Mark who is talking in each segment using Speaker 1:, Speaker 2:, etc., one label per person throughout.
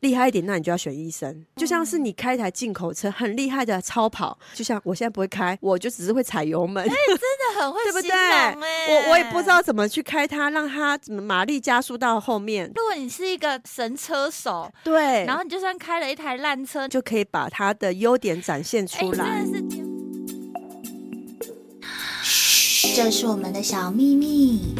Speaker 1: 厉害一点，那你就要选医生。就像是你开一台进口车，很厉害的超跑，就像我现在不会开，我就只是会踩油门，
Speaker 2: 真的很会
Speaker 1: 对不对？
Speaker 2: 形容欸
Speaker 1: 我我也不知。道怎么去开它，让它怎么马力加速到后面，
Speaker 2: 如果你是一个神车手，
Speaker 1: 对，
Speaker 2: 然后你就算开了一台烂车，
Speaker 1: 就可以把它的优点展现
Speaker 2: 哎，
Speaker 1: 出来。
Speaker 2: 真的是天。嗯这是我们的小秘密。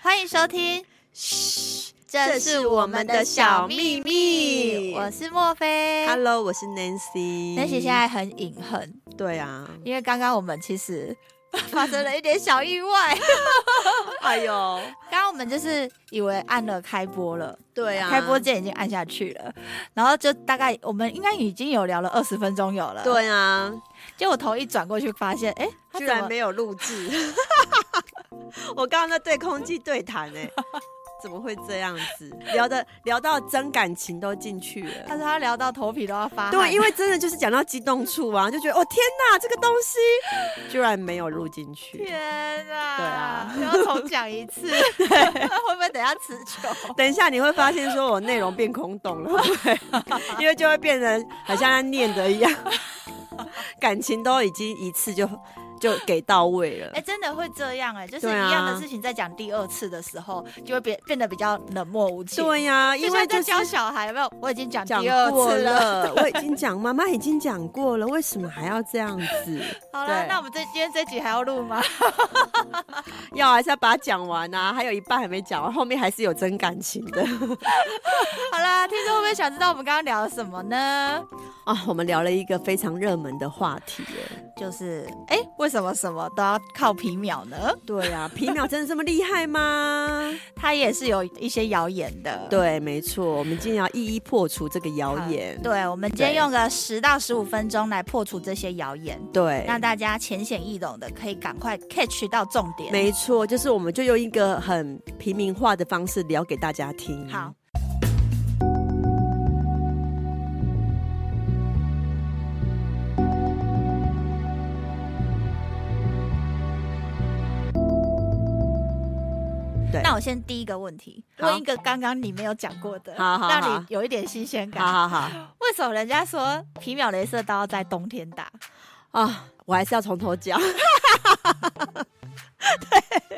Speaker 2: 欢迎收听，
Speaker 1: 嘘，
Speaker 2: 这是我们的小秘密。我是莫菲。
Speaker 1: Hello，我是 Nancy。
Speaker 2: 那些哎现在很隐恨，
Speaker 1: 对啊，
Speaker 2: 因为刚刚我们其实 发生了一点小意外。
Speaker 1: 哎呦，
Speaker 2: 刚刚我们就是以为按了开播了，
Speaker 1: 对啊，
Speaker 2: 开播键已经按下去了，然后就大概我们应该已经有聊了二十分钟有了。，
Speaker 1: 对啊，
Speaker 2: 结果头一转过去发现，哎、他
Speaker 1: 居
Speaker 2: 怎么
Speaker 1: 然没有录制。 我刚刚在对空气对谈哎、怎么会这样子？聊的聊到真感情都进去了。
Speaker 2: 他说他聊到头皮都要发汗，
Speaker 1: 对，因为真的就是讲到激动处啊，就觉得哦天哪，这个东西居然没有录进去。
Speaker 2: 天
Speaker 1: 对
Speaker 2: 啊
Speaker 1: 啊，
Speaker 2: 又要重讲一 次，会不会等一下持 久？
Speaker 1: 等一下你会发现，说我内容变空洞 了，对，因为就会变成好像在念的一样，感情都已经一次就就给到位了
Speaker 2: 哎、。真的会这样哎、就是
Speaker 1: 对啊
Speaker 2: 一样的事情，在讲第二次的时候，就会变变得比较冷漠无情。
Speaker 1: 对呀、因
Speaker 2: 就
Speaker 1: 为
Speaker 2: 像
Speaker 1: 就
Speaker 2: 在
Speaker 1: 是
Speaker 2: 教小孩，有没有？我已经讲
Speaker 1: 讲
Speaker 2: 第二
Speaker 1: 过
Speaker 2: 次了。
Speaker 1: 了， 我已经讲，妈妈已经讲过了，为什么还要这样 子？
Speaker 2: 好了，
Speaker 1: 对
Speaker 2: 那我们这今天这集还要录吗？
Speaker 1: 要还是要把它讲完啊？还有一半还没讲完，后面还是有真感情的
Speaker 2: 好啦，听众会不会想知道我们刚刚聊了什么呢？
Speaker 1: 啊！我们聊了一个非常热门的话题耶，
Speaker 2: 就是，哎、为什么什么都要靠皮秒呢？
Speaker 1: 对啊，皮秒真的这么厉害吗？
Speaker 2: 它也是有一些谣言的。
Speaker 1: 对，没错，我们今天要一一破除这个谣
Speaker 2: 好，
Speaker 1: 言。
Speaker 2: 嗯对，我们今天
Speaker 1: 对
Speaker 2: 用个十到十五分钟来破除这些谣言，
Speaker 1: 对，
Speaker 2: 让大家浅显易懂的可以赶快 catch 到重点。
Speaker 1: 没错，就是我们就用一个很平民化的方式聊给大家听。
Speaker 2: 好，。
Speaker 1: 对
Speaker 2: 那我先第一个问题，
Speaker 1: 好
Speaker 2: 问一个刚刚你没有讲过的，
Speaker 1: 好好好
Speaker 2: 让你有一点新鲜感。
Speaker 1: 好好好
Speaker 2: 为什么人家说皮秒镭射刀要在冬天打？
Speaker 1: 啊，我还是要从 头讲。对，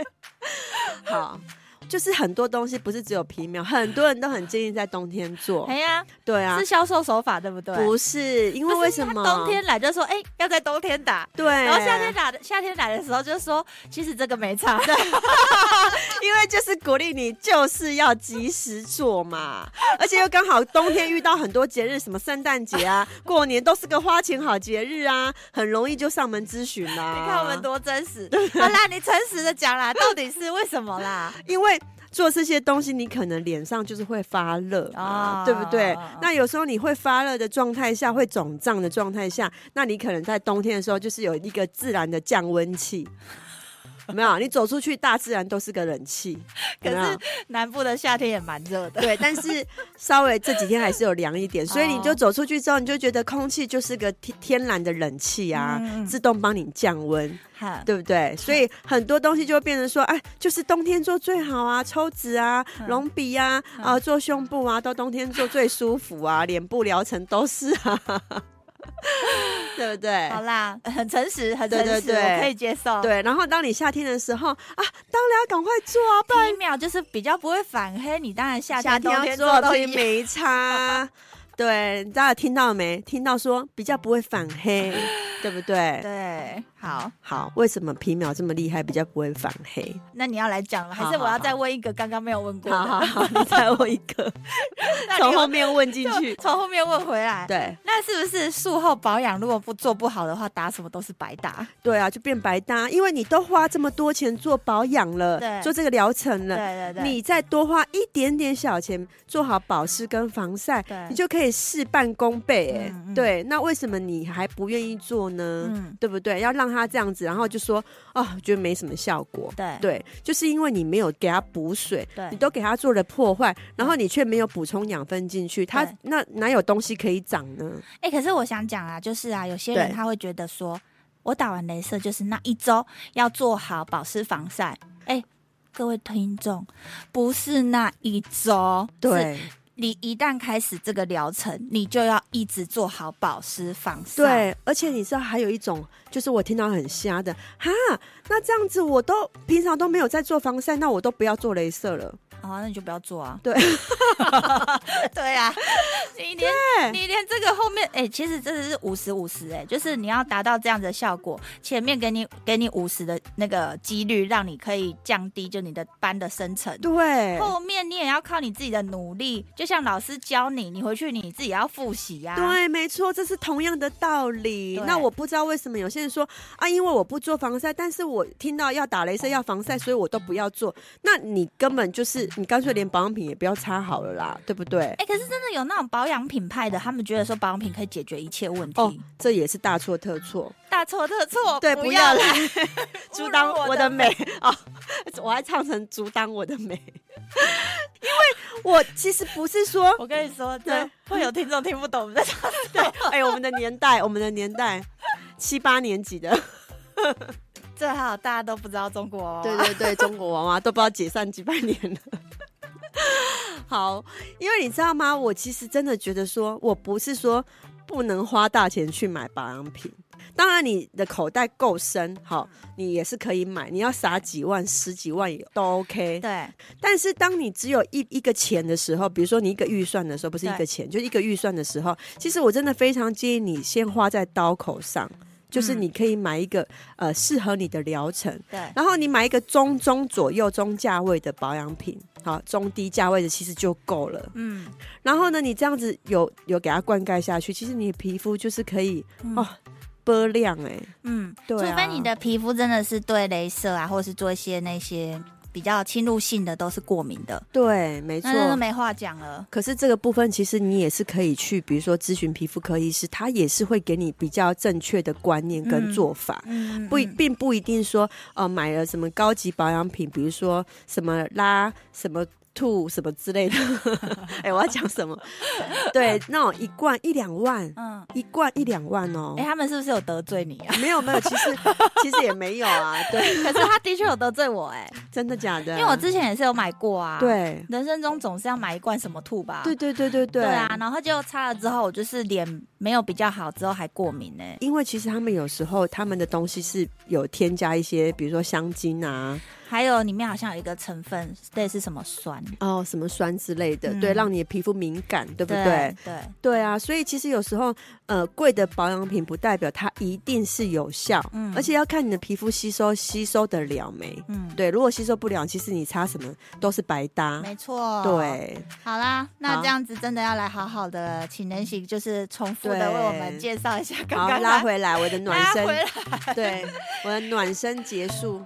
Speaker 1: 好。就是很多东西不是只有皮秒，很多人都很建议在冬天做
Speaker 2: 哎。呀，
Speaker 1: 对啊
Speaker 2: 是，销售手法对不对？
Speaker 1: 不是因为
Speaker 2: 不
Speaker 1: 为
Speaker 2: 是
Speaker 1: 什么哎
Speaker 2: 他冬天来就说，哎、要在冬天打。
Speaker 1: 对，
Speaker 2: 然后夏天打的夏天来的时候就说，其实这个没差，
Speaker 1: 因为就是鼓励你，就是要及时做嘛，而且又刚好冬天遇到很多节日，什么圣诞节啊、过年都是个花钱好节日啊，很容易就上门咨询啦、
Speaker 2: 你看我们，多真 实。好啦，你诚实的讲啦，到底是为什么啦？
Speaker 1: 因为。做这些东西，你可能脸上就是会发热啊，
Speaker 2: 啊
Speaker 1: 对不对
Speaker 2: 啊啊？
Speaker 1: 那有时候你会发热的状态下，会肿胀的状态下，那你可能在冬天的时候，就是有一个自然的降温器，有没有？你走出去，大自然都是个冷气，
Speaker 2: 可
Speaker 1: 有没有
Speaker 2: 是南部的夏天也蛮热 的，
Speaker 1: 对，但是稍微这几天还是有凉一点，所以你
Speaker 2: 哦
Speaker 1: 就走出去之后，你就觉得空气就是个天天然的冷气啊，
Speaker 2: 嗯
Speaker 1: 自动帮你降温，
Speaker 2: 哈
Speaker 1: 对不对？所以很多东西就会变成说，哎，就是冬天做最好啊，抽脂啊、
Speaker 2: 嗯
Speaker 1: 隆鼻啊、啊、做胸部啊，到冬天做最舒服啊，脸部疗程都是啊， 对不对？
Speaker 2: 好啦，很诚实，很诚实，
Speaker 1: 对对对
Speaker 2: 我可以接受。，
Speaker 1: 对，然后当你夏天的时候啊，当然要赶快做啊，不然
Speaker 2: 皮秒就是比较不会反黑，你当然夏
Speaker 1: 夏
Speaker 2: 天、冬
Speaker 1: 天要
Speaker 2: 天
Speaker 1: 做
Speaker 2: 做
Speaker 1: 的
Speaker 2: 都
Speaker 1: 东西
Speaker 2: 一样。
Speaker 1: 没差。对，大家听到没？听到说比较不会反黑，对不对？
Speaker 2: 对，好，
Speaker 1: 好，为什么皮秒这么厉害，比较不会反黑？
Speaker 2: 那你要来讲了，还是
Speaker 1: 好好
Speaker 2: 我要
Speaker 1: 好
Speaker 2: 再问一个刚刚没有问过
Speaker 1: 好好
Speaker 2: 的？
Speaker 1: 好， 你再问一个，从后面问进 去
Speaker 2: 就。从后面问回来。
Speaker 1: 对
Speaker 2: 那是不是术后保养如果不做不好的话，打什么都是白打？
Speaker 1: 对啊，就变白搭，因为你都花这么多钱做保养了，
Speaker 2: 对
Speaker 1: 做这个疗程
Speaker 2: 对
Speaker 1: 了，
Speaker 2: 对对，
Speaker 1: 你再多花一点点小钱做好保湿跟防晒，
Speaker 2: 对
Speaker 1: 你就可以事半功倍、哎、
Speaker 2: 嗯嗯
Speaker 1: 对，那为什么你还不愿意做呢？
Speaker 2: 嗯，
Speaker 1: 对不对？要让他这样子，然后就说啊，我觉得没什么效果。
Speaker 2: 对
Speaker 1: 对，就是因为你没有给他补水，
Speaker 2: 对
Speaker 1: 你都给他做了破坏，然后你却没有补充养分进去，他
Speaker 2: 对
Speaker 1: 那哪有东西可以长呢？
Speaker 2: 哎、可是我想讲啊，就是啊，有些人
Speaker 1: 对
Speaker 2: 他会觉得说，我打完镭射就是那一周要做好保湿防晒。哎、各位听众，不是那一周，是
Speaker 1: 对
Speaker 2: 你一旦开始这个疗程，你就要一直做好保湿防晒。，
Speaker 1: 对，而且你知道还有一种，就是我听到很瞎的哈，那这样子我都平常都没有在做防晒，那我都不要做镭射了。
Speaker 2: 哦，那你就不要做啊。
Speaker 1: 对，
Speaker 2: 对啊，你连你连这个后面，哎、其实真的是五十五十，哎，就是你要达到这样的效果，前面给你给你五十的那个几率，让你可以降低就你的斑的生成。
Speaker 1: 对，
Speaker 2: 后面你也要靠你自己的努力，就像老师教你，你回去你自己要复习呀、啊。
Speaker 1: 对，没错，这是同样的道理
Speaker 2: 对。
Speaker 1: 那我不知道为什么有些人说啊，因为我不做防晒，但是我听到要打镭射、要防晒，所以我都不要做。那你根本就是你干脆连保养品也不要擦好了啦，对不对？
Speaker 2: 哎、可是真的有那种保养品牌的，他们觉得说保养品可以解决一切问题，
Speaker 1: 哦，这也是大错特错。
Speaker 2: 大错特错，
Speaker 1: 对，
Speaker 2: 不
Speaker 1: 哦不要
Speaker 2: 来。
Speaker 1: 来阻挡我的美啊、哦！我还唱成阻挡我的美，因为我其实不是 说
Speaker 2: 我跟你说，
Speaker 1: 对
Speaker 2: 对，会有听众听不懂我们在讲。
Speaker 1: 哎、我们的年代，我们的年代七八年级的，
Speaker 2: 最好大家都不知道中国、哦。
Speaker 1: 对对对，中国娃娃都不知道解散几百年了。 好，因为你知道吗？我其实真的觉得说，我不是说不能花大钱去买保养品。当然，你的口袋够深，好，你也是可以买。你要撒几万、十几万也都 OK。
Speaker 2: 对
Speaker 1: 但是，当你只有一一个钱的时候，比如说你一个预算的时候，不是一
Speaker 2: 对
Speaker 1: 个钱，就一个预算的时候，其实我真的非常建议你先花在刀口上，就是
Speaker 2: 嗯
Speaker 1: 你可以买一个、呃适合你的疗程。
Speaker 2: 对
Speaker 1: 然后你买一个中中左右中价位的保养品，好，中低价位的其实就够了。
Speaker 2: 嗯，
Speaker 1: 然后呢，你这样子有有给它灌溉下去，其实你的皮肤就是可以
Speaker 2: 嗯
Speaker 1: 哦波亮哎、
Speaker 2: 嗯，
Speaker 1: 对啊
Speaker 2: 除非你的皮肤真的是对镭射啊，或者是做一些那些比较侵入性的都是过敏的，
Speaker 1: 对，没错
Speaker 2: 那。真的没话讲了。
Speaker 1: 可是这个部分，其实你也是可以去，比如说咨询皮肤科医师，他也是会给你比较正确的观念跟
Speaker 2: 嗯
Speaker 1: 做法。
Speaker 2: 嗯，
Speaker 1: 不一，并不一定说，呃，买了什么高级保养品，比如说什么拉、什么兔、什么之类的。 哎、我要讲 什么？对，那种一罐一两万，
Speaker 2: 嗯，
Speaker 1: 一罐一两万哦
Speaker 2: 哎、。他们是不是有得罪你 啊？
Speaker 1: 没有没有，其 实其实也没有啊。对，
Speaker 2: 可是他的确有得罪我哎、
Speaker 1: 真的假 的？
Speaker 2: 因为我之前也是有买过啊。，
Speaker 1: 对
Speaker 2: 人生中总是要买一罐什么兔吧。
Speaker 1: 对对对对对
Speaker 2: 对啊，然后就擦了之后，我就是脸没有比较好，之后还过敏呢、
Speaker 1: 因为其实他们有时候他们的东西是有添加一些，比如说香精啊，
Speaker 2: 还有里面好像有一个成分类似什么酸，
Speaker 1: 哦什么酸之类的，
Speaker 2: 嗯
Speaker 1: 对，让你的皮肤敏感，对不对
Speaker 2: 对？对
Speaker 1: 对啊，所以其实有时候，呃，贵的保养品不代表它一定是有效，
Speaker 2: 嗯
Speaker 1: 而且要看你的皮肤吸收吸收得了没。
Speaker 2: 嗯，
Speaker 1: 对，如果吸收不了，其实你擦什么都是白搭。
Speaker 2: 没错，。
Speaker 1: 啊对，
Speaker 2: 好啦，那
Speaker 1: 好
Speaker 2: 这样子真的要来好好的，请能行就是重复的
Speaker 1: 对
Speaker 2: 为我们介绍一下刚
Speaker 1: 好
Speaker 2: 刚
Speaker 1: 拉回来我 的暖
Speaker 2: 拉
Speaker 1: 身
Speaker 2: 回，来，
Speaker 1: 对，我的暖身结束。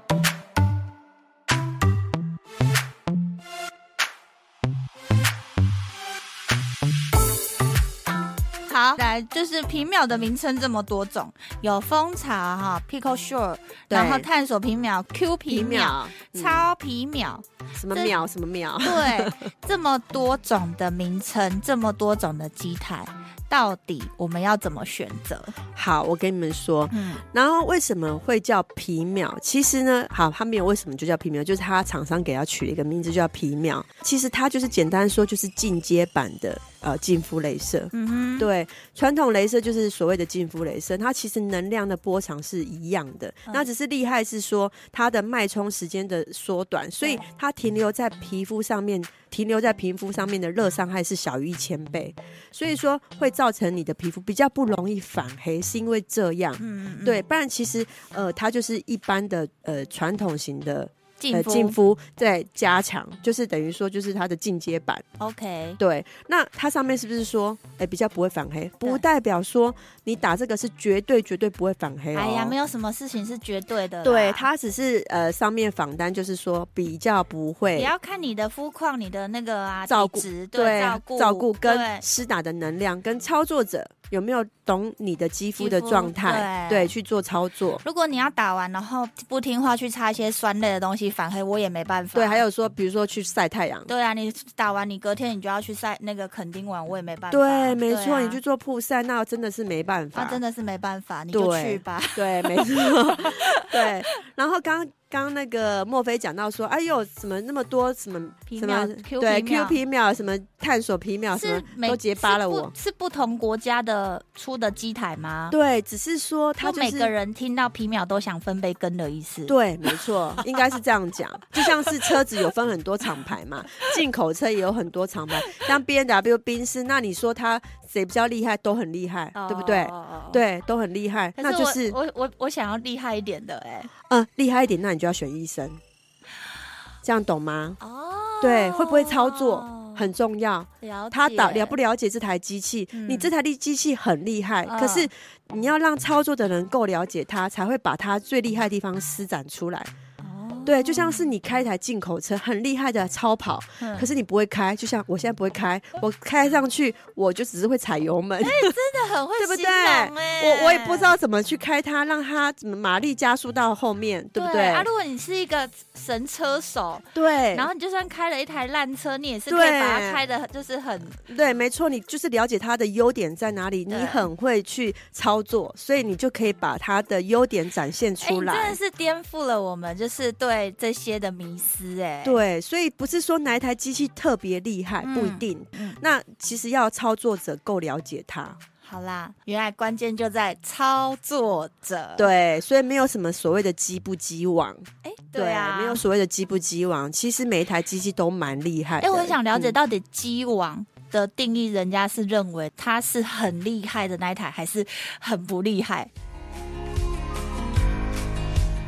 Speaker 2: 好来就是皮秒的名称这么多种，有蜂巢哈 Pico Sure，
Speaker 1: 对
Speaker 2: 然后探索皮秒 Q 皮秒、
Speaker 1: 嗯
Speaker 2: 超皮秒，
Speaker 1: 什么
Speaker 2: 这
Speaker 1: 秒什么秒，
Speaker 2: 对，这么多种的名称，这么多种的机台，到底我们要怎么选择？
Speaker 1: 好，我跟你们说，
Speaker 2: 嗯，
Speaker 1: 然后为什么会叫皮秒？其实呢，好，它没有为什么就叫皮秒，就是它厂商给它取了一个名字叫皮秒。其实它就是简单说，就是进阶版的呃净肤镭射。
Speaker 2: 嗯哼，
Speaker 1: 对，传统镭射就是所谓的净肤镭射，它其实能量的波长是一样的，
Speaker 2: 嗯
Speaker 1: 那只是厉害是说它的脉冲时间的缩短，所以
Speaker 2: 对
Speaker 1: 它停留在皮肤上面停留在皮肤上面的热伤害是小于一千倍，所以说会造成你的皮肤比较不容易反黑，是因为这样。
Speaker 2: 嗯，嗯
Speaker 1: 对，，不然其实呃，它就是一般的呃传统型的
Speaker 2: 进
Speaker 1: 呃
Speaker 2: 肤
Speaker 1: 净肤在加强，就是等于说就是它的进阶版。
Speaker 2: ，OK，
Speaker 1: 对，那它上面是不是说，哎、比较不会反黑？不代表说你打这个是绝对绝对不会反黑、哦。
Speaker 2: 哎呀，没
Speaker 1: 有。
Speaker 2: 有什么事情是绝对的啦，
Speaker 1: 对，它只是呃上面仿单，就是说比较不
Speaker 2: 也
Speaker 1: 会
Speaker 2: 要看你的肤况、你的那个啊
Speaker 1: 照
Speaker 2: 体
Speaker 1: 顾
Speaker 2: 质对
Speaker 1: 对
Speaker 2: 照顾
Speaker 1: 照顾
Speaker 2: 对
Speaker 1: 跟施打的能量跟操作者有没有懂你的肌肤
Speaker 2: 肌
Speaker 1: 的
Speaker 2: 肤
Speaker 1: 状态，
Speaker 2: 对
Speaker 1: 对，去做操作。
Speaker 2: 如果你要打完然后不听话去擦一些酸类的东西反黑，我也没办法。
Speaker 1: 对，还有说，比如说去晒太阳，
Speaker 2: 对啊，你打完你隔天你就要去晒那个垦丁玩，我也没办法。
Speaker 1: 对，没错，
Speaker 2: 啊
Speaker 1: 你去做曝晒，那真的是没办法，
Speaker 2: 啊，真的是没办法，你就
Speaker 1: 对
Speaker 2: 去吧。
Speaker 1: 对，没 错，对。然后刚刚那个莫非讲到说，哎呦，怎么那么多什么
Speaker 2: 皮
Speaker 1: 什
Speaker 2: 秒
Speaker 1: 么
Speaker 2: Q
Speaker 1: 对
Speaker 2: 皮秒
Speaker 1: Q 皮秒什么探索皮秒什
Speaker 2: 是
Speaker 1: 么
Speaker 2: 每
Speaker 1: 都结巴了
Speaker 2: 是不
Speaker 1: 我。
Speaker 2: 是不同国家的出的机台吗？
Speaker 1: 对，只是说
Speaker 2: 他
Speaker 1: 他就
Speaker 2: 每个
Speaker 1: 是。
Speaker 2: 人听到皮秒都想分杯羹的意思。
Speaker 1: 对，没错，应该是这样讲。就像是车子有分很多厂牌嘛，进口车也有很多厂牌，像 B N W、宾士，那你说它谁比较厉害，都很厉害，
Speaker 2: 哦，
Speaker 1: 对不对？
Speaker 2: 哦。
Speaker 1: 对，都很厉害。
Speaker 2: 可
Speaker 1: 那就是，
Speaker 2: 我我我我想要厉害一点的哎、
Speaker 1: 嗯，厉害一点，那你就要选医生，这样懂吗？
Speaker 2: 哦
Speaker 1: 对会不会操作很重要。
Speaker 2: 了解，
Speaker 1: 他了了不了解这台机器？
Speaker 2: 嗯
Speaker 1: 你这台机器很厉害，
Speaker 2: 嗯
Speaker 1: 可是你要让操作的人够了解它，才会把它最厉害的地方施展出来。
Speaker 2: 哦
Speaker 1: 对，就像是你开一台进口车，很厉害的超跑，
Speaker 2: 嗯
Speaker 1: 可是你不会开，就像我现在不会开，我开上去我就只是会踩油门，
Speaker 2: 真的很会
Speaker 1: 对不
Speaker 2: 形
Speaker 1: 对
Speaker 2: 容哎、
Speaker 1: 我我也不知道怎么去开它，让它怎么马力加速到后面，对不对？
Speaker 2: 啊，如果你是一个神车手，
Speaker 1: 对，
Speaker 2: 然后你就算开了一台烂车，你也是可
Speaker 1: 对
Speaker 2: 以把它开的，就是很
Speaker 1: 对，没错，你就是了解它的优点在哪里，你
Speaker 2: 对
Speaker 1: 很会去操作，所以你就可以把它的优点展现
Speaker 2: 哎，你
Speaker 1: 出
Speaker 2: 真
Speaker 1: 来。
Speaker 2: 的是颠覆了我们就是对这些的迷思哎、，
Speaker 1: 对，所以不是说哪一台机器特别厉害，不一
Speaker 2: 嗯
Speaker 1: 定。
Speaker 2: 嗯
Speaker 1: 那其实要操作者够了解它，
Speaker 2: 好啦，原来关键就在操作者，，
Speaker 1: 对，所以没有什么所谓的鸡不鸡王，
Speaker 2: 哎、对啊，
Speaker 1: 没有所谓的鸡不鸡王，其实每一台机器都蛮厉害
Speaker 2: 哎、
Speaker 1: 的。
Speaker 2: 我很想了解
Speaker 1: 嗯
Speaker 2: 到底鸡王的定义，人家是认为它是很厉害的那一台，还是很不厉害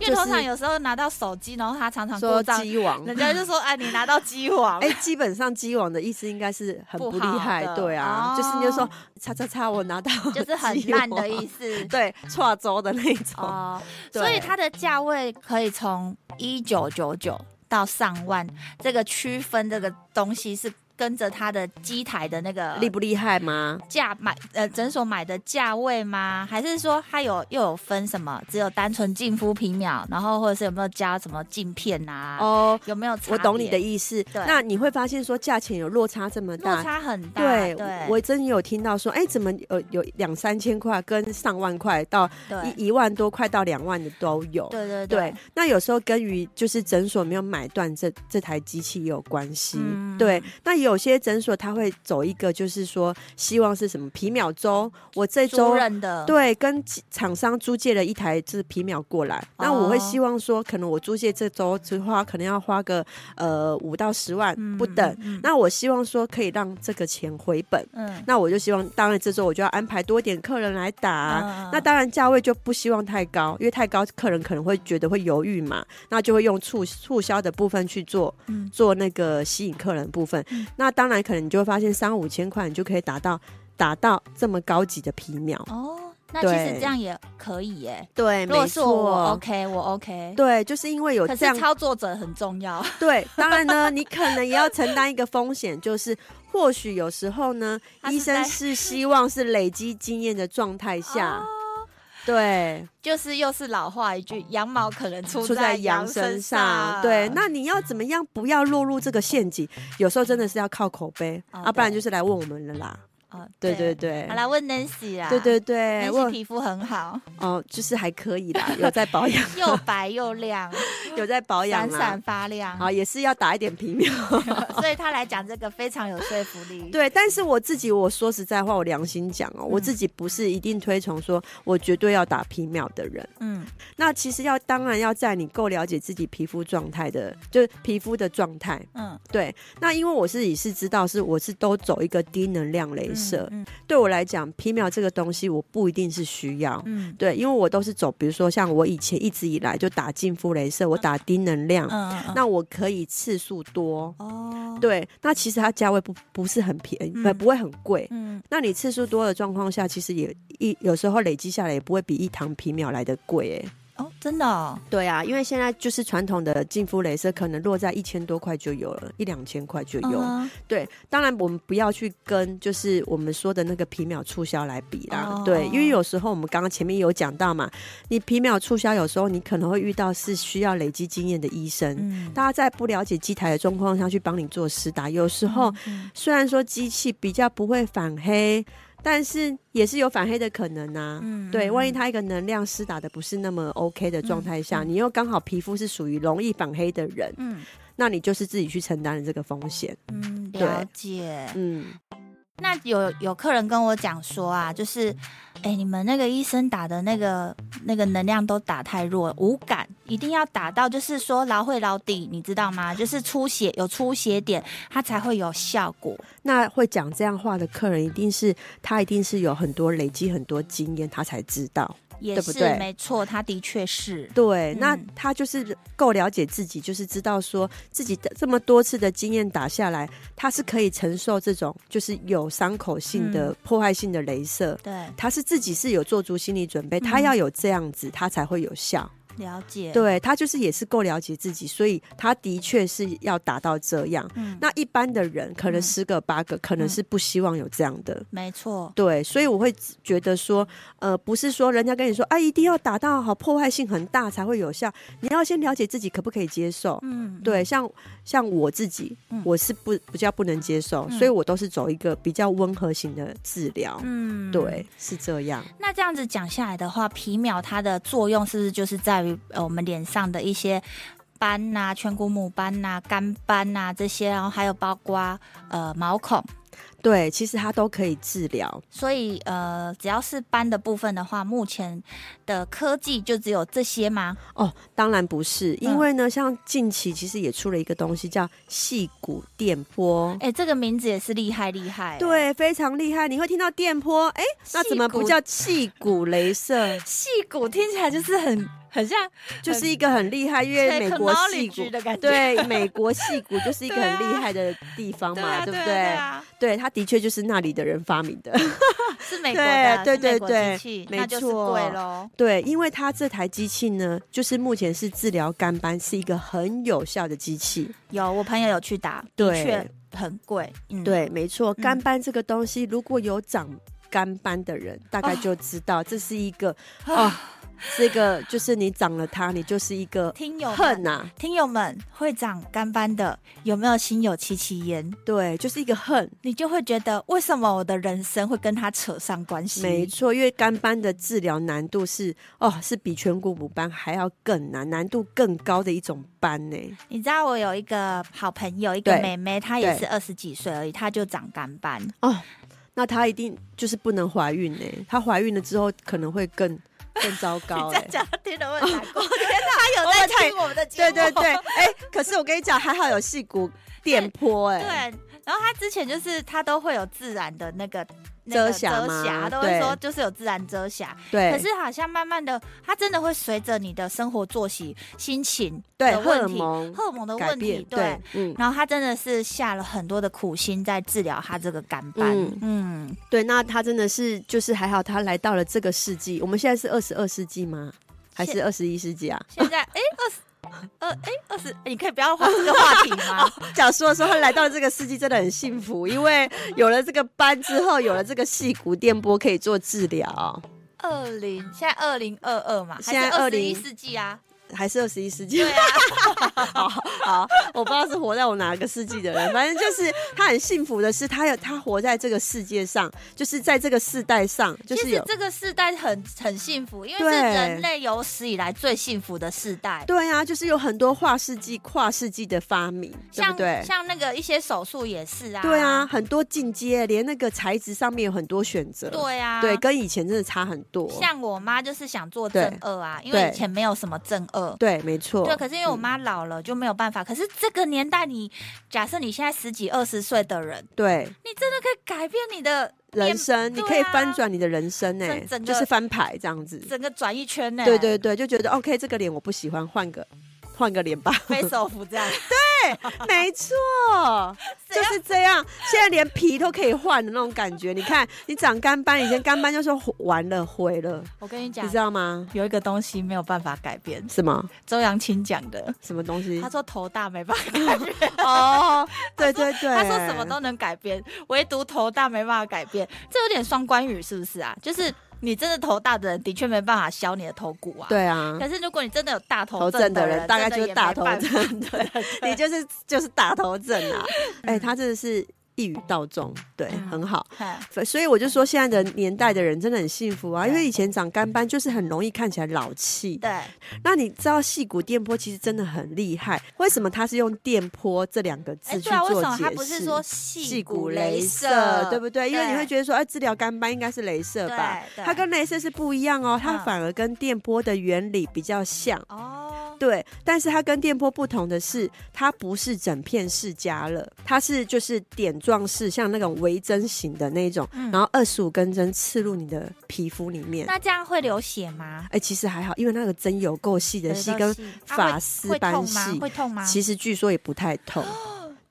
Speaker 2: 因为通常有时候拿到手机，然后他常常
Speaker 1: 说
Speaker 2: 故障，
Speaker 1: 鸡王，
Speaker 2: 人家就说：“哎，你拿到鸡王。”
Speaker 1: 哎、基本上鸡网的意思应该是很
Speaker 2: 不
Speaker 1: 不厉
Speaker 2: 好
Speaker 1: 害
Speaker 2: 的，
Speaker 1: 对啊，就是你就说
Speaker 2: 哦
Speaker 1: 叉叉叉，我拿到
Speaker 2: 就是很
Speaker 1: 鸡
Speaker 2: 烂的
Speaker 1: 网。
Speaker 2: 意，思
Speaker 1: 对，跨州的那种，
Speaker 2: 哦，
Speaker 1: 哦对
Speaker 2: 所以它的价位可以从一九九九到上万，这个区分这个东西是跟着它的机台的那个
Speaker 1: 厉不厉害吗？
Speaker 2: 价买呃诊所买的价位吗？还是说它有又有分什么？只有单纯净肤皮秒，然后或者是有没有加什么镜片啊？
Speaker 1: 哦，
Speaker 2: 有没有差别？
Speaker 1: 我懂你的意思。
Speaker 2: 对
Speaker 1: 那你会发现说价钱有落差这么
Speaker 2: 落
Speaker 1: 大。
Speaker 2: 差很大。
Speaker 1: 啊对，
Speaker 2: 对，
Speaker 1: 我真有听到说，哎，怎么有有两三千块跟上万块到
Speaker 2: 对
Speaker 1: 一一万多块到两万的都有。
Speaker 2: 对对
Speaker 1: 对，那有时候跟于就是诊所没有买断这这台机器也有关系。
Speaker 2: 嗯
Speaker 1: 对，那有些诊所他会走一个，就是说希望是什么皮秒周，我这
Speaker 2: 租
Speaker 1: 周。
Speaker 2: 人的
Speaker 1: 对，跟其厂商租借了一台就是皮秒过来，那我
Speaker 2: 哦
Speaker 1: 会希望说，可能我租借这周只花，可能要花个呃五到十万不等。
Speaker 2: 嗯嗯
Speaker 1: 那我希望说可以让这个钱回本，
Speaker 2: 嗯
Speaker 1: 那我就希望，当然这周我就要安排多点客人来打，
Speaker 2: 嗯
Speaker 1: 啊那当然价位就不希望太高，因为太高客人可能会觉得会犹豫嘛，那就会用促促销的部分去做
Speaker 2: 嗯
Speaker 1: 做那个吸引客人的部分。
Speaker 2: 嗯
Speaker 1: 那当然可能你就会发现三五千块你就可以达到达到这么高级的皮秒。
Speaker 2: 哦，那其实
Speaker 1: 对
Speaker 2: 这样也可以耶、
Speaker 1: 对，
Speaker 2: 如果是我，我 OK，我 OK。
Speaker 1: 对，就是因为有
Speaker 2: 可
Speaker 1: 这
Speaker 2: 是
Speaker 1: 样
Speaker 2: 操作者很重要，
Speaker 1: 对，当然呢，你可能也要承担一个风险，就是或许有时候呢，
Speaker 2: 他是
Speaker 1: 医生
Speaker 2: 在
Speaker 1: 是希望是累积经验的状态下，
Speaker 2: 哦
Speaker 1: 对，
Speaker 2: 就是又是老话一句，羊毛可能出
Speaker 1: 出
Speaker 2: 在
Speaker 1: 在羊
Speaker 2: 身
Speaker 1: 身上。对，那你要怎么样不要落入这个陷阱？有时候真的是要靠口碑、
Speaker 2: 哦
Speaker 1: 啊，不然
Speaker 2: 对
Speaker 1: 就是来问我们了啦。
Speaker 2: 哦，
Speaker 1: 对对对
Speaker 2: 好，啦，问 Nancy 啦，
Speaker 1: 对对对，
Speaker 2: ，Nancy
Speaker 1: 我
Speaker 2: 皮肤很好，
Speaker 1: 哦，就是还可以啦，有在保养，
Speaker 2: 又白又 亮，
Speaker 1: 有在保养
Speaker 2: 闪
Speaker 1: 啦
Speaker 2: 闪。发亮，
Speaker 1: 啊好，也是要打一点皮秒。
Speaker 2: 所以他来讲这个非常有说服力。
Speaker 1: 对，但是我自己，我说实在话，我良心讲哦，我
Speaker 2: 嗯
Speaker 1: 自己不是一定推崇说我绝对要打皮秒的人。
Speaker 2: 嗯，
Speaker 1: 那其实要当然要在你够了解自己皮肤状态的，就是皮肤的状态。
Speaker 2: 嗯
Speaker 1: 对，那因为我自己是知道是我是都走一个低能量
Speaker 2: 嗯，
Speaker 1: 镭射，
Speaker 2: 嗯
Speaker 1: 对我来讲皮秒这个东西我不一定是需要。
Speaker 2: 嗯
Speaker 1: 对，因为我都是走，比如说像我以前一直以来就打净肤镭射，我打低能量，
Speaker 2: 嗯嗯，
Speaker 1: 那我可以次数多。
Speaker 2: 哦，，
Speaker 1: 对，那其实它价位不不是很便宜，
Speaker 2: 嗯
Speaker 1: 呃不会很贵。
Speaker 2: 嗯
Speaker 1: 那你次数多的状况下，其实也一有时候累积下来也不会比一堂皮秒来的贵哎、
Speaker 2: 哦，真的哦，
Speaker 1: 对啊，因为现在就是传统的净肤镭射可能落在一千多块就有了，一两千块就有。
Speaker 2: 嗯
Speaker 1: 对，当然我们不要去跟就是我们说的那个皮秒促销来比啦。
Speaker 2: 哦
Speaker 1: 对，因为有时候我们刚刚前面有讲到嘛，你皮秒促销有时候你可能会遇到是需要累积经验的医生，
Speaker 2: 嗯，
Speaker 1: 大家在不了解机台的状况下去帮你做施打，有时候
Speaker 2: 嗯
Speaker 1: 虽然说机器比较不会反黑，但是也是有反黑的可能啊。
Speaker 2: 嗯
Speaker 1: 对，万一
Speaker 2: 嗯
Speaker 1: 它一个能量施打的不是那么 OK 的状态下，你又刚好皮肤是属于容易反黑的人，
Speaker 2: 嗯
Speaker 1: 那你就是自己去承担了这个风险。
Speaker 2: 嗯
Speaker 1: 对
Speaker 2: 了解。
Speaker 1: 嗯，
Speaker 2: 那有有客人跟我讲说啊，就是，哎、你们那个医生打的那个那个能量都打太弱，无感，一定要打到就是说劳会劳底，你知道吗？就是出血有出血点，它才会有效果。
Speaker 1: 那会讲这样话的客人，一定是他一定是有很多累积很多经验，他才知道。
Speaker 2: 也
Speaker 1: 对
Speaker 2: 是
Speaker 1: 不对
Speaker 2: 没错，它的确是。
Speaker 1: 对，那
Speaker 2: 嗯
Speaker 1: 他就是够了解自己，就是知道说自己的这么多次的经验打下来，他是可以承受这种就是有伤口性的、
Speaker 2: 嗯
Speaker 1: 破坏性的镭射。
Speaker 2: 对，
Speaker 1: 他是自己是有做足心理准备，他
Speaker 2: 嗯
Speaker 1: 要有这样子，他才会有效。
Speaker 2: 了解。，
Speaker 1: 对他就是也是够了解自己，所以他的确是要达到这样。
Speaker 2: 嗯，
Speaker 1: 那一般的人可能
Speaker 2: 嗯
Speaker 1: 十个八个，可能是不希望有这样的。
Speaker 2: 没错。
Speaker 1: 对，所以我会觉得说，呃，不是说人家跟你说啊，一定要打到好破坏性很大才会有效，你要先了解自己可不可以接受。
Speaker 2: 嗯，
Speaker 1: 对，像像我自己
Speaker 2: 嗯，
Speaker 1: 我是不比较不能接受，
Speaker 2: 嗯
Speaker 1: 所以我都是走一个比较温和型的治疗。
Speaker 2: 嗯，
Speaker 1: 对，是这样。
Speaker 2: 那这样子讲下来的话，皮秒它的作用是不是就是在于呃我们脸上的一些斑呐、颧骨母斑呐、干斑呐、这些，然后还有包括呃毛孔。
Speaker 1: 对，其实它都可以治疗。
Speaker 2: 所以呃，只要是斑的部分的话，目前的科技就只有这些吗？
Speaker 1: 哦，当然不是，因
Speaker 2: 嗯
Speaker 1: 为呢，像近期其实也出了一个东西叫细骨电波。
Speaker 2: 哎、这个名字也是厉害厉害、，
Speaker 1: 嗯对，非常厉害，你会听到电波，哎，那怎么
Speaker 2: 细
Speaker 1: 不
Speaker 2: 骨
Speaker 1: 叫气骨镭射？
Speaker 2: 戏骨听起来就是很很像
Speaker 1: 就是一个很厉害，因为美国戏
Speaker 2: technology
Speaker 1: 骨，
Speaker 2: 的感觉。
Speaker 1: 对，美国戏骨就是一个
Speaker 2: 对啊
Speaker 1: 很厉害的地方
Speaker 2: 对
Speaker 1: 嘛，
Speaker 2: 啊，对
Speaker 1: 对不
Speaker 2: 啊，对
Speaker 1: 对？
Speaker 2: 啊，
Speaker 1: 对，它的确就是那里的人发明的。
Speaker 2: 是美国的，啊
Speaker 1: 对
Speaker 2: 是美
Speaker 1: 对
Speaker 2: 国
Speaker 1: 对
Speaker 2: 机器，
Speaker 1: 没
Speaker 2: 那就是
Speaker 1: 错
Speaker 2: 贵喽。
Speaker 1: 对，因为它这台机器呢，就是目前是治疗干斑，是一个很有效的机器。
Speaker 2: 有，我朋友有去打，的
Speaker 1: 对
Speaker 2: 确很贵。嗯，，
Speaker 1: 对，没错，
Speaker 2: 嗯
Speaker 1: 干斑这个东西，如果有长干斑的人，大
Speaker 2: 啊
Speaker 1: 概就知道这是一个哦，这个就是你长了它，你就是一个
Speaker 2: 听友
Speaker 1: 恨
Speaker 2: 们，
Speaker 1: 呐、
Speaker 2: 听友们会长干斑的，有没有心有戚戚焉？
Speaker 1: 对，就是一个恨。
Speaker 2: 你就会觉得为什么我的人生会跟他扯上关系？
Speaker 1: 没错，因为干斑的治疗难度是哦，是比颧骨母斑还要更难，难度更高的一种斑呢。
Speaker 2: 你知道我有一个好朋友，一个
Speaker 1: 对
Speaker 2: 妹妹，她也
Speaker 1: 对
Speaker 2: 是二十几岁而已，她就长干斑。
Speaker 1: 哦，那她一定就是不能怀孕呢，她怀孕了之后可能会更更糟 糕
Speaker 2: 这
Speaker 1: 哎
Speaker 2: 样。讲，听了会很难 过。 天哪，她有在听我们的节
Speaker 1: 对
Speaker 2: 目。
Speaker 1: 对对，哎、可是我跟你讲，还好有细骨电波哎、
Speaker 2: 对， 然后他之前就是他都会有自然的那个。那
Speaker 1: 遮
Speaker 2: 个
Speaker 1: 瑕吗
Speaker 2: 他都会
Speaker 1: 对
Speaker 2: 说就是有自然遮瑕，
Speaker 1: 对，
Speaker 2: 可是好像慢慢的，它真的会随着你的生活作息、心情
Speaker 1: 对
Speaker 2: 的
Speaker 1: 荷
Speaker 2: 问
Speaker 1: 尔
Speaker 2: 题、
Speaker 1: 蒙
Speaker 2: 荷尔蒙的
Speaker 1: 改
Speaker 2: 问
Speaker 1: 变
Speaker 2: 题，对。
Speaker 1: 对，嗯，
Speaker 2: 然后他真的是下了很多的苦心在治疗他这个干斑，
Speaker 1: 嗯
Speaker 2: 嗯，
Speaker 1: 对，那他真的是就是还好，他来到了这个世纪。我们现在是二十二世纪吗？还是二十一世纪啊？
Speaker 2: 现 在哎二十二哎二十，你可以不要换这个话题 吗？
Speaker 1: 讲说的时候，他来到了这个世纪真的很幸福，因为有了这个班之后，有了这个细骨电波可以做治疗。
Speaker 2: 二零现在二零二二嘛，还
Speaker 1: 现
Speaker 2: 是
Speaker 1: 在
Speaker 2: 二十一
Speaker 1: 20
Speaker 2: 世纪啊？
Speaker 1: 还是二十一世纪
Speaker 2: 对。啊，
Speaker 1: 好好，我不知道是活在我哪个世纪的人，反正就是他很幸福的是，他有他活在这个世界上，就是在这个世代上，就
Speaker 2: 其
Speaker 1: 是
Speaker 2: 实
Speaker 1: 有。
Speaker 2: 这个世代很很幸福，因为
Speaker 1: 对
Speaker 2: 是人类有史以来最幸福的世代。
Speaker 1: 对啊，就是有很多跨世纪、跨世纪的发明，对
Speaker 2: 像
Speaker 1: 不对？
Speaker 2: 像那个一些手术也是啊，
Speaker 1: 对啊，，很多进阶，连那个材质上面有很多选择。、
Speaker 2: 对啊，
Speaker 1: 对，跟以前真的差很多。
Speaker 2: 像我妈就是想做正二啊，因为
Speaker 1: 对
Speaker 2: 以前没有什么正二。
Speaker 1: 对，没错。
Speaker 2: 对，可是因为我妈老了就没有办法。可是这个年代你，假设你现在十几二十岁的人，
Speaker 1: 对
Speaker 2: 你真的可以改变你的面
Speaker 1: 人生，你
Speaker 2: 对
Speaker 1: 可以
Speaker 2: 啊
Speaker 1: 翻转你的人生呢、
Speaker 2: 整整个
Speaker 1: 就是翻牌这样子。
Speaker 2: 整个转一圈呢、
Speaker 1: 对，对对，就觉得 OK，这个脸我不喜欢，换个换个脸吧。
Speaker 2: 被手扶这样，
Speaker 1: 没错，
Speaker 2: 谁
Speaker 1: 就
Speaker 2: 要
Speaker 1: 是这样。现在连皮都可以换的那种感觉。你看，你长干斑，以前干斑就说完了、毁了，
Speaker 2: 我跟你讲
Speaker 1: 你知，道吗？
Speaker 2: 有一个东西没有办法改 变，
Speaker 1: 什么
Speaker 2: 周扬青讲的。
Speaker 1: 什么东西
Speaker 2: 他？说头大没办法改变，
Speaker 1: 哦， 对对对，
Speaker 2: 他说什么都能改变，唯独头大没办法改变。这有点双关语是不是啊？就是你真的头大的人，的确没办法削你的头骨啊。。
Speaker 1: 对啊。
Speaker 2: 可是如果你真的有大头
Speaker 1: 头症的
Speaker 2: 的
Speaker 1: 人大概
Speaker 2: 真的
Speaker 1: 就是
Speaker 2: 也
Speaker 1: 大
Speaker 2: 没
Speaker 1: 头
Speaker 2: 办法
Speaker 1: 症，对， 你就是就是大头症啊！哎，他真的是一语道中，对，
Speaker 2: 嗯
Speaker 1: 很好。
Speaker 2: 嗨
Speaker 1: 所以我就说，现在的年代的人真的很幸福啊，
Speaker 2: 对
Speaker 1: 因为以前长干斑就是很容易看起来老气，
Speaker 2: 对，
Speaker 1: 那你知道细骨电波其实真的很厉害，为什么它是用电波这两个字
Speaker 2: 哎，
Speaker 1: 去
Speaker 2: 对啊，为
Speaker 1: 做
Speaker 2: 什么
Speaker 1: 解
Speaker 2: 他
Speaker 1: 释？
Speaker 2: 不是说细
Speaker 1: 细
Speaker 2: 骨
Speaker 1: 骨
Speaker 2: 雷
Speaker 1: 镭
Speaker 2: 射，
Speaker 1: 射，对不对？因为你会觉得说，哎、治疗干斑应该是镭射吧？
Speaker 2: 对对
Speaker 1: 它跟镭射是不一样哦，它
Speaker 2: 嗯
Speaker 1: 反而跟电波的原理比较像。
Speaker 2: 得哦，
Speaker 1: 对，但是它跟电波不同的是，它不是整片式加热，它是就是点状式，像那种微针型的那种，
Speaker 2: 嗯
Speaker 1: 然后二十五根针刺入你的皮肤里面。
Speaker 2: 那这样会流血吗？
Speaker 1: 哎、其实还好，因为那个针有够细的细，
Speaker 2: 流
Speaker 1: 跟
Speaker 2: 血啊会
Speaker 1: 发丝
Speaker 2: 会
Speaker 1: 般
Speaker 2: 痛吗
Speaker 1: 细？，
Speaker 2: 会痛吗？哦
Speaker 1: 其实据说也不太痛。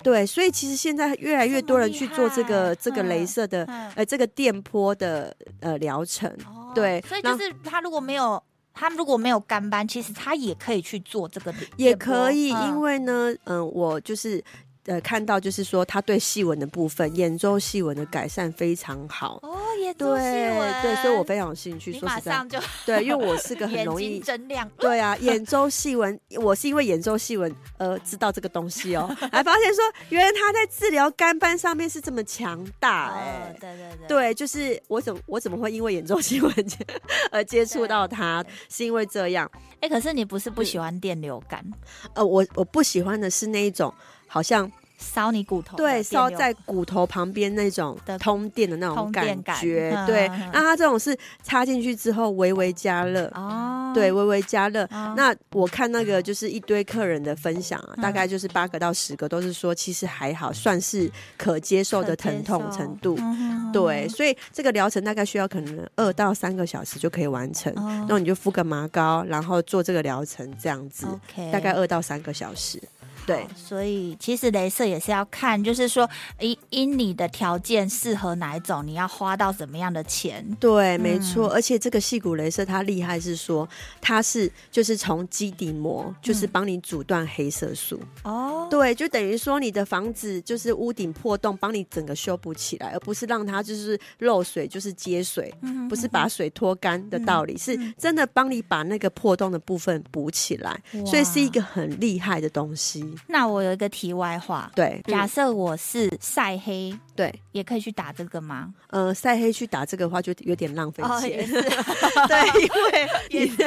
Speaker 1: 对，所以其实现在越来越多人去做这
Speaker 2: 这么厉害
Speaker 1: 个这个
Speaker 2: 嗯
Speaker 1: 镭射的、
Speaker 2: 嗯
Speaker 1: 呃这个电波的呃疗程。
Speaker 2: 哦
Speaker 1: 对
Speaker 2: 所以
Speaker 1: 那
Speaker 2: 就是他如果没有他如果没有干斑，其实他也可以去做这个电波，
Speaker 1: 也可以，
Speaker 2: 嗯
Speaker 1: 因为呢，嗯，我就是呃看到，就是说他对细纹的部分，眼周细纹的改善非常好。
Speaker 2: 哦也
Speaker 1: 对
Speaker 2: 做细纹
Speaker 1: 对，所以我非常有兴趣。
Speaker 2: 你
Speaker 1: 说
Speaker 2: 马
Speaker 1: 实在
Speaker 2: 上，就
Speaker 1: 对，因为我 是个很
Speaker 2: 眼
Speaker 1: 容易
Speaker 2: 睛睁亮，
Speaker 1: 对啊，眼周细纹，我是因为眼周细纹而知道这个东西 哦，还发现说原来它在治疗干斑上面是这么强大哎、
Speaker 2: 哦对对对，
Speaker 1: 对，就是我怎我怎么会因为眼周细纹而接触到它，是因为这样。
Speaker 2: 哎，可是你不是不喜欢电流感，
Speaker 1: 呃，我我不喜欢的是那一种好像
Speaker 2: 烧你骨头的
Speaker 1: 对
Speaker 2: 电
Speaker 1: 烧
Speaker 2: 流
Speaker 1: 在骨头旁边那种
Speaker 2: 的
Speaker 1: 通电的那
Speaker 2: 通
Speaker 1: 种
Speaker 2: 电
Speaker 1: 感
Speaker 2: 感
Speaker 1: 觉
Speaker 2: 嗯。
Speaker 1: 对，
Speaker 2: 嗯嗯
Speaker 1: 那它这种是插进去之后微微加热，
Speaker 2: 哦，
Speaker 1: 对，微微加热。
Speaker 2: 哦
Speaker 1: 那我看那个就是一堆客人的分享啊，
Speaker 2: 嗯
Speaker 1: 大概就是八个到十个都是说，其实还好，算是可接受的疼痛程度。
Speaker 2: 嗯哼哼
Speaker 1: 对，所以这个疗程大概需要可能二到三个小时就可以完成。
Speaker 2: 哦
Speaker 1: 那你就敷个麻膏，然后做这个疗程，这样子
Speaker 2: OK，
Speaker 1: 大概二到三个小时。对
Speaker 2: 好，所以其实镭射也是要看，就是说，因因你的条件适合哪一种，你要花到什么样的钱。
Speaker 1: 对，
Speaker 2: 嗯
Speaker 1: 没错，而且这个细骨镭射它厉害是说，它是就是从基底膜，就是
Speaker 2: 嗯
Speaker 1: 帮你阻断黑色素。
Speaker 2: 哦，
Speaker 1: 对，就等于说你的房子就是屋顶破洞，帮你整个修补起来，而不是让它就是漏水，就是接水，
Speaker 2: 嗯
Speaker 1: 不是把水拖干的道理，是真的帮你把那个破洞的部分补起来，所以是一个很厉害的东西。
Speaker 2: 那我有一个题外话，
Speaker 1: 对，
Speaker 2: 假设我是晒黑，
Speaker 1: 对，
Speaker 2: 也可以去打这个吗？哦
Speaker 1: 呃，晒黑去打这个的话就有点浪费钱，
Speaker 2: 是
Speaker 1: 对，因为你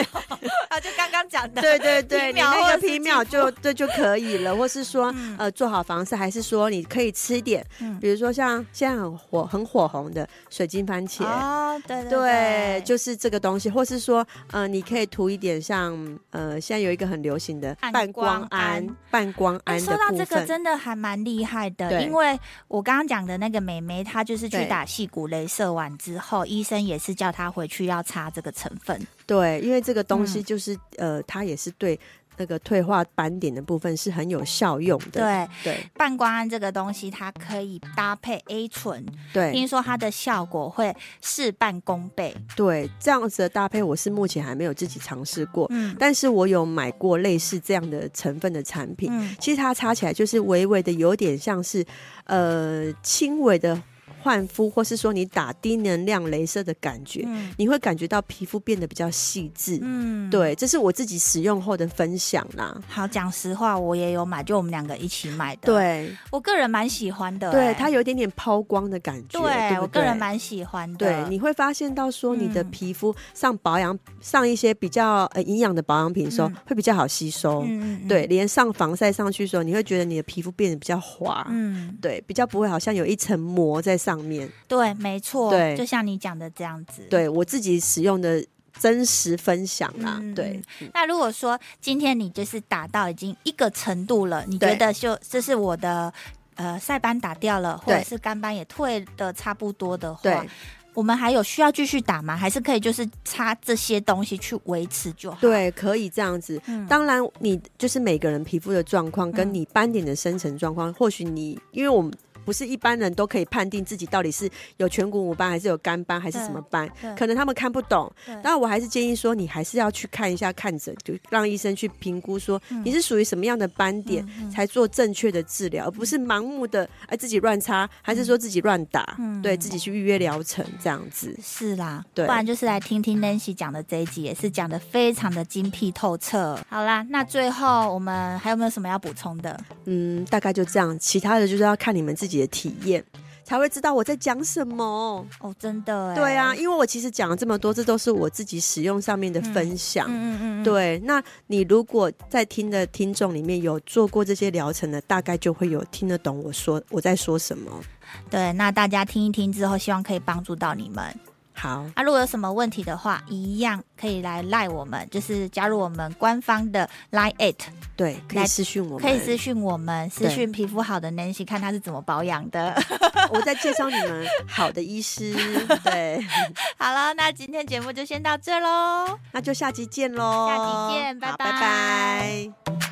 Speaker 2: 啊，就刚刚讲的，
Speaker 1: 对对对，
Speaker 2: 皮
Speaker 1: 你
Speaker 2: 秒或
Speaker 1: 那
Speaker 2: 者
Speaker 1: 个
Speaker 2: 是
Speaker 1: 皮
Speaker 2: 肌
Speaker 1: 秒就对就可以了，或是说呃做好防晒，还是说你可以吃一点
Speaker 2: 嗯，
Speaker 1: 比如说像现在很火很火红的水晶番茄，
Speaker 2: 哦，对对
Speaker 1: 对
Speaker 2: 对，，
Speaker 1: 就是这个东西，或是说，呃，你可以涂一点像，呃，现在有一个很流行的
Speaker 2: 半
Speaker 1: 半
Speaker 2: 光
Speaker 1: 光
Speaker 2: 胺
Speaker 1: 胺，半光
Speaker 2: 哎
Speaker 1: 胺
Speaker 2: 说
Speaker 1: 的
Speaker 2: 到
Speaker 1: 部
Speaker 2: 这个
Speaker 1: 分。
Speaker 2: 真的还蛮厉害的，
Speaker 1: 对
Speaker 2: 因为我刚刚讲的那个美眉，她就是去
Speaker 1: 对
Speaker 2: 打细骨镭射完之后，医生也是叫她回去要擦这个成分。
Speaker 1: 对，因为这个东西
Speaker 2: 嗯
Speaker 1: 就是，呃，它也是对那个退化斑点的部分是很有效用的。
Speaker 2: 对，
Speaker 1: 对
Speaker 2: 半胱胺这个东西，它可以搭配 A 醇，
Speaker 1: 对
Speaker 2: 听说它的效果会事半功倍。
Speaker 1: 对，这样子的搭配，我是目前还没有自己尝试过，
Speaker 2: 嗯
Speaker 1: 但是我有买过类似这样的成分的产品。
Speaker 2: 嗯，
Speaker 1: 其实它擦起来就是微微的，有点像是，呃，轻微的焕肤，或是说你打低能量镭射的感觉，
Speaker 2: 嗯
Speaker 1: 你会感觉到皮肤变得比较细致。
Speaker 2: 嗯，
Speaker 1: 对，这是我自己使用后的分享啦。
Speaker 2: 好，讲实话，我也有买，就我们两个一起买的。，
Speaker 1: 对，
Speaker 2: 我个人蛮喜欢的、
Speaker 1: 对，
Speaker 2: 哎
Speaker 1: 它有一点点抛光的感觉。
Speaker 2: 对
Speaker 1: 对不
Speaker 2: 我个人
Speaker 1: 对
Speaker 2: 蛮喜欢的。
Speaker 1: 对，你会发现到说你的
Speaker 2: 嗯
Speaker 1: 皮肤上保养、上一些比较呃营养的保养品的时候，
Speaker 2: 嗯
Speaker 1: 会比较好吸收。
Speaker 2: 嗯嗯嗯
Speaker 1: 对，连上防晒上去的时候，你会觉得你的皮肤变得比较滑，
Speaker 2: 嗯，
Speaker 1: 对，比较不会好像有一层膜在上面。
Speaker 2: 对，没错，
Speaker 1: 对
Speaker 2: 就像你讲的这样子。。
Speaker 1: 对我自己使用的真实分享啦，
Speaker 2: 嗯
Speaker 1: 对，
Speaker 2: 那如果说今天你就是打到已经一个程度了，你觉
Speaker 1: 对
Speaker 2: 得就这是我的呃晒斑打掉了，或者
Speaker 1: 对
Speaker 2: 是干斑也退的差不多的话
Speaker 1: 对，
Speaker 2: 我们还有需要继续打吗？还是可以就是擦这些东西去维持就好？，
Speaker 1: 对，可以这样子。
Speaker 2: 嗯
Speaker 1: 当然，你就是每个人皮肤的状况，跟
Speaker 2: 嗯
Speaker 1: 你斑点的生成状况，或许你因为我们不是一般人都可以判定自己到底是有颧骨母斑，还是有干斑，还是
Speaker 2: 对
Speaker 1: 什么斑
Speaker 2: 对，
Speaker 1: 可能他们看不懂
Speaker 2: 对。
Speaker 1: 但我还是建议说，你还是要去看一下看诊，就让医生去评估说
Speaker 2: 嗯
Speaker 1: 你是属于什么样的斑点，才做正确的治
Speaker 2: 嗯
Speaker 1: 疗，而不是盲目的哎自己乱擦，还是说自己乱打，
Speaker 2: 嗯
Speaker 1: 对自己去预约疗程这样子。
Speaker 2: 是啦，
Speaker 1: 对
Speaker 2: 不然就是来听听 Nancy 讲的这一集，也是讲的非常的精辟透彻。好啦，那最后我们还有没有什么要补充的？
Speaker 1: 嗯，大概就这样，其他的就是要看你们自己的体验，才会知道我在讲什么。
Speaker 2: 哦，真的哎，
Speaker 1: 对啊，，因为我其实讲了这么多，这都是我自己使用上面的分享。
Speaker 2: 嗯嗯嗯，
Speaker 1: 对，那你如果在听的听众里面有做过这些疗程的，大概就会有听得懂我说我在说什么。
Speaker 2: 对，那大家听一听之后，希望可以帮助到你们。
Speaker 1: 好，
Speaker 2: 啊，如果有什么问题的话，一样可以来赖我们，就是加入我们官方的 Line at，
Speaker 1: 对，可
Speaker 2: 来
Speaker 1: 以私讯我们，
Speaker 2: 可以私讯我们，私
Speaker 1: 对
Speaker 2: 讯皮肤好的 Nancy，看她是怎么保养的。
Speaker 1: 我在介绍你们好的医师。对，
Speaker 2: 好了，那今天节目就先到这喽。
Speaker 1: 那就下集见喽，
Speaker 2: 下集见拜
Speaker 1: 好
Speaker 2: 拜
Speaker 1: 拜拜